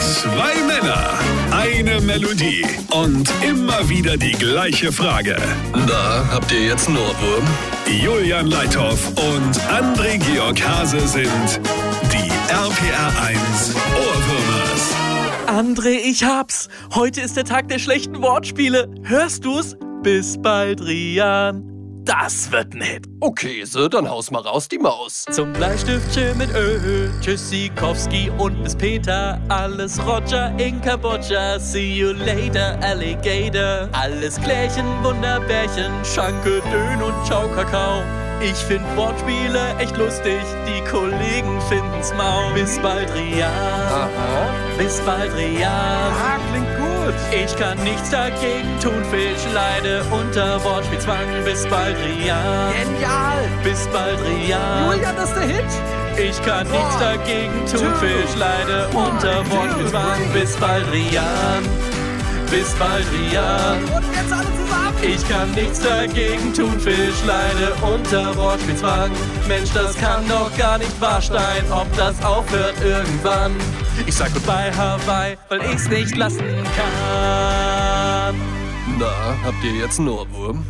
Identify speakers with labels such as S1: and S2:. S1: Zwei Männer, eine Melodie und immer wieder die gleiche Frage.
S2: Da habt ihr jetzt einen Ohrwurm.
S1: Julian Leithoff und André Georg Hase sind die RPR 1 Ohrwürmers.
S3: André, ich hab's. Heute ist der Tag der schlechten Wortspiele. Hörst du's? Bis bald, Rian. Das wird ein Hit.
S2: Okay, so, dann haus mal raus die Maus.
S3: Zum Bleistiftchen mit Öl, tschüss Sikowski und bis Peter. Alles Roger in Kambodscha, see you later, Alligator. Alles Klärchen, Wunderbärchen, Schanke, Dön und Ciao Kakao. Ich find Wortspiele echt lustig, die Kollegen finden's mau. Bis bald, Rian,
S2: Ah. Aha.
S3: bis bald, Rian.
S2: Ah, klingt gut.
S3: Ich kann nichts dagegen tun, Fisch leide unter Wortspielzwang. Bis bald, Rian.
S2: Genial.
S3: Bis bald, Rian.
S2: Julian, das ist der Hit.
S3: Ich kann nichts dagegen tun,
S2: two,
S3: Fisch leide unter
S2: two,
S3: Wortspielzwang. Bis bald, Rian. Bis bald, Rian.
S2: Und jetzt alle zusammen.
S3: Ich kann nichts dagegen tun, Fisch leide unter Wortspielzwang. Mensch, das kann doch gar nicht wahr sein, ob das aufhört irgendwann. Ich sag goodbye, Hawaii, weil ich's nicht lassen kann.
S2: Da habt ihr jetzt einen Ohrwurm.